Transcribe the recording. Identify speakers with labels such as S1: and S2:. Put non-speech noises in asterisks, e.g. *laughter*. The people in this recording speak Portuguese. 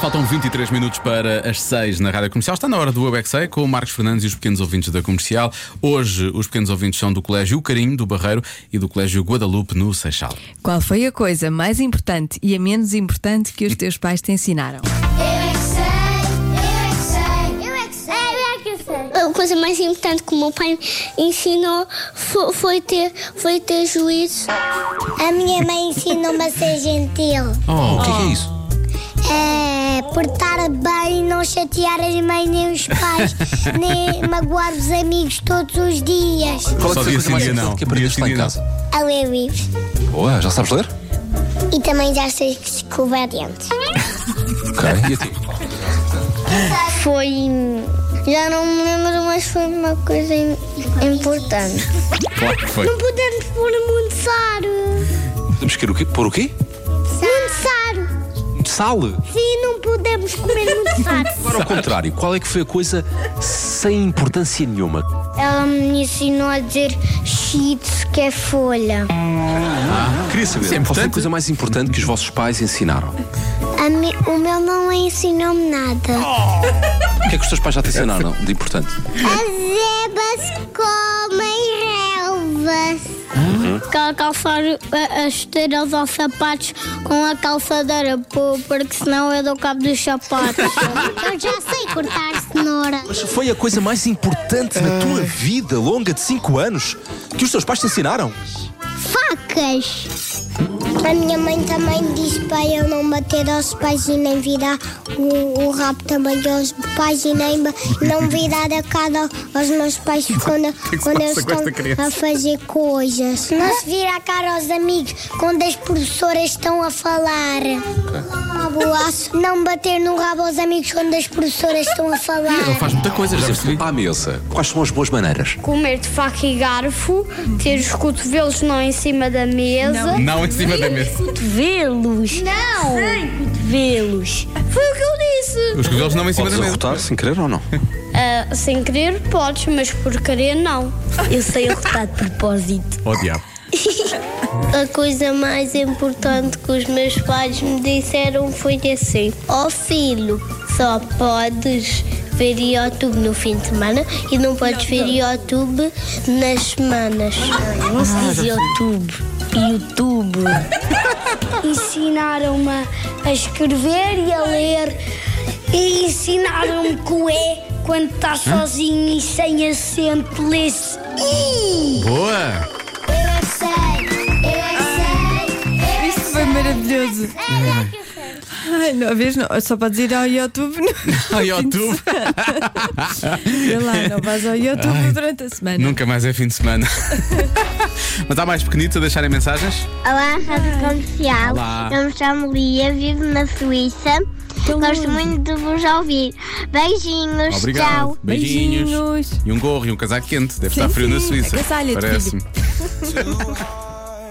S1: faltam 23 minutos para as 6 na Rádio Comercial. Está na hora do UBXA com o Marcos Fernandes e os pequenos ouvintes da comercial. Hoje, os pequenos ouvintes são do Colégio O Carinho, do Barreiro, e do Colégio Guadalupe, no Seixal.
S2: Qual foi a coisa mais importante e a menos importante que os teus pais te ensinaram?
S3: A coisa mais importante que o meu pai me ensinou fo- foi, ter, foi ter juízo.
S4: A minha mãe ensinou-me a ser
S3: *laughs*
S4: gentil.
S1: Oh, o que é, que é isso?
S4: É portar bem e não chatear as mães nem os
S3: *laughs*
S4: pais, nem magoar os amigos todos os dias.
S5: Qual
S1: Só
S5: é que foi a
S1: dia
S5: coisa
S1: sim,
S5: mais
S1: dia não.
S5: importante que aprendeste
S1: Dia
S5: lá
S1: sim,
S5: em
S1: dia
S5: casa?
S4: A ler livros.
S5: Boa, já sabes ler?
S4: E também já sei escovar dentes.
S5: Ok, e a ti?
S4: Foi. Já não me lembro, mas foi uma coisa importante.
S1: Claro que foi.
S4: podemos pôr munçar.
S5: Podemos querer o quê? Pôr o quê?
S4: Munçar.
S5: Sal?
S4: Sim, não podemos comer munçar.
S5: Agora ao contrário, qual é que foi a coisa sem importância nenhuma?
S4: *laughs* Ela me ensinou a dizer cheats, que é folha.
S5: Queria saber,
S1: Isso é
S5: qual foi a
S1: importante.
S5: coisa mais importante que os vossos pais ensinaram?
S4: o meu não ensinou-me nada.
S5: O que é que os teus pais já te ensinaram de importante?
S4: As zebras comem relvas. Uhum. eh,
S3: Cal- Calçar a- as esteiras aos sapatos com a calçadeira, pô, porque senão eu dou cabo dos
S4: *laughs*
S3: sapatos.
S4: Eu já sei cortar cenoura.
S5: Mas foi a coisa mais importante na tua vida longa de 5 anos que os teus pais te ensinaram?
S4: Facas. A minha mãe também diz para eu não bater aos pais e nem virar o, o rabo também aos pais e nem ba- não virar a cara aos meus pais quando, quando eles
S1: passa com esta criança?
S4: estão a fazer coisas. Não se vira a cara aos amigos quando as professoras estão a falar. Não bater no rabo aos amigos quando as professoras estão a
S1: Ele
S4: falar.
S1: faz muita coisa, já
S5: Por
S1: percebi.
S5: exemplo, à mesa, quais são as boas maneiras?
S6: comer de faca e garfo, ter os cotovelos não em cima da mesa.
S1: Não em cima da mesa.
S6: Cotovelos? Não! cotovelos! Foi o que eu disse!
S1: Os cogumelos não em cima da mesa.
S5: sem querer ou não?
S6: Ah, sem querer, podes, mas por querer, não. Eu sei arrotar de propósito.
S1: Oh, diabo.
S3: A coisa mais importante que os meus pais me disseram foi assim: Ó filho, só podes ver YouTube no fim de semana e não podes ver YouTube nas semanas.
S6: Não se diz YouTube. YouTube. *laughs* Ensinaram-me a escrever e a ler. E ensinaram-me que o E, quando
S3: Hum?
S6: estás sozinho e sem acento, lê-se I.
S1: Boa!
S4: Eu é que sei, eu é que sei, eu
S2: Isto foi maravilhoso. Ai, não, vês, não, só podes ir ao YouTube. no-
S1: Ao YouTube.
S2: Vê lá, não vais ao YouTube durante a semana.
S1: Nunca mais é fim de
S5: *laughs*
S1: semana. Mas há mais pequenitos a deixarem mensagens?
S4: Olá, Rádio Comercial.
S1: Olá.
S4: Eu me chamo Lia, vivo na Suíça. Gosto muito de vos ouvir. Beijinhos,
S1: Obrigado.
S4: tchau.
S1: Beijinhos. E um gorro e um casaco quente. Deve estar frio na
S2: sim,
S1: Suíça.
S2: agasalha-te,
S1: Parece-me.